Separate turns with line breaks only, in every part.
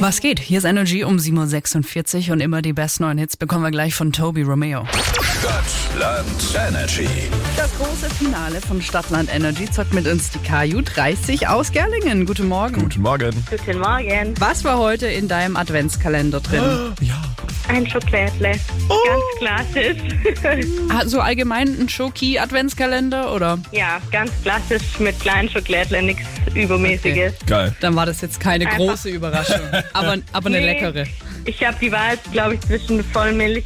Was geht? Hier ist Energy um 7.46 Uhr und immer die besten neuen Hits bekommen wir gleich von Toby Romeo.
Stadtland Energy.
Das große Finale von Stadtland Energy zockt mit uns die KU 30 aus Gerlingen. Guten Morgen.
Guten Morgen.
Guten Morgen.
Was war heute in deinem Adventskalender drin?
Ja.
Ein Schokolädle.
Oh.
Ganz klassisch.
Ah, So allgemein ein Schoki-Adventskalender oder?
ja, ganz klassisch mit kleinen Schokolädle, nichts Übermäßiges.
Geil.
Dann war das jetzt keine
Einfach.
große Überraschung, aber, aber eine
Nee.
leckere.
Ich habe die Wahl, glaube ich, zwischen Vollmilch,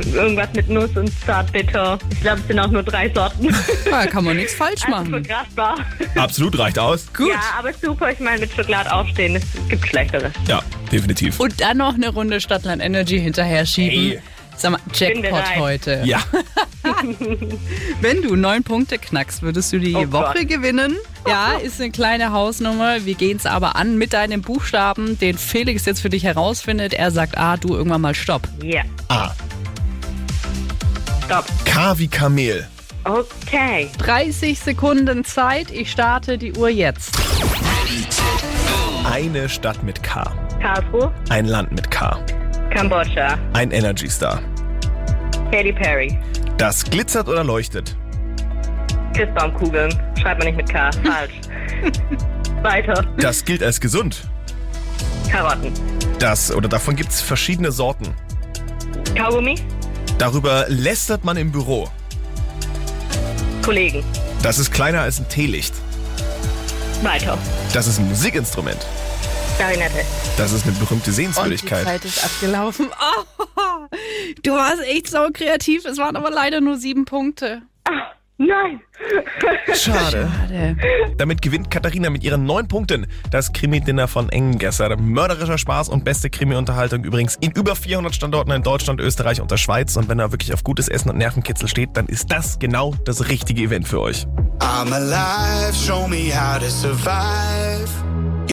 ähm, irgendwas mit Nuss und Zartbitter. Ich glaube, es sind auch nur drei Sorten.
Ja, Ah, kann man nichts falsch
Also
machen.
verkraftbar.
Absolut, reicht aus.
Gut.
Ja, aber super. Ich meine, mit Schokolade aufstehen, es gibt Schlechteres.
Ja, definitiv.
Und dann noch eine Runde Stadtland Energy hinterher schieben.
Ey.
Sag mal, Jackpot
bereit.
heute.
Ja.
Wenn du neun Punkte knackst, würdest du die
Oh
Woche
Gott.
gewinnen. Ja, ist eine kleine Hausnummer. Wir gehen es aber an mit deinem Buchstaben, den Felix jetzt für dich herausfindet. Er sagt A, du irgendwann mal Stopp.
Ja,
A.
stopp.
Ah, K wie Kamel.
Okay.
30 Sekunden Zeit. Ich starte die Uhr jetzt.
Eine Stadt mit K.
Karlsruhe,
Ein Land mit K.
Kambodscha,
Ein Energy Star.
Katy Perry,
Das glitzert oder leuchtet.
Christbaumkugeln. Schreibt man nicht mit K. Falsch. Weiter.
Das gilt als gesund.
Karotten.
Das oder davon gibt's verschiedene Sorten.
Kaugummi,
Darüber lästert man im Büro.
Kollegen.
Das ist kleiner als ein Teelicht.
Weiter.
Das ist ein Musikinstrument.
Klarinette.
Das ist eine berühmte
Die
Sehenswürdigkeit.
Zeit ist abgelaufen. Oh, du warst echt so kreativ. Es waren aber leider nur sieben Punkte.
Nein.
Schade.
Schade.
Damit gewinnt Katharina mit ihren neun Punkten das Krimi-Dinner von Engengesser. Mörderischer Spaß und beste Krimi-Unterhaltung übrigens in über 400 Standorten in Deutschland, Österreich und der Schweiz. Und wenn er wirklich auf gutes Essen und Nervenkitzel steht, dann ist das genau das richtige Event für euch.
I'm alive, show me how to survive.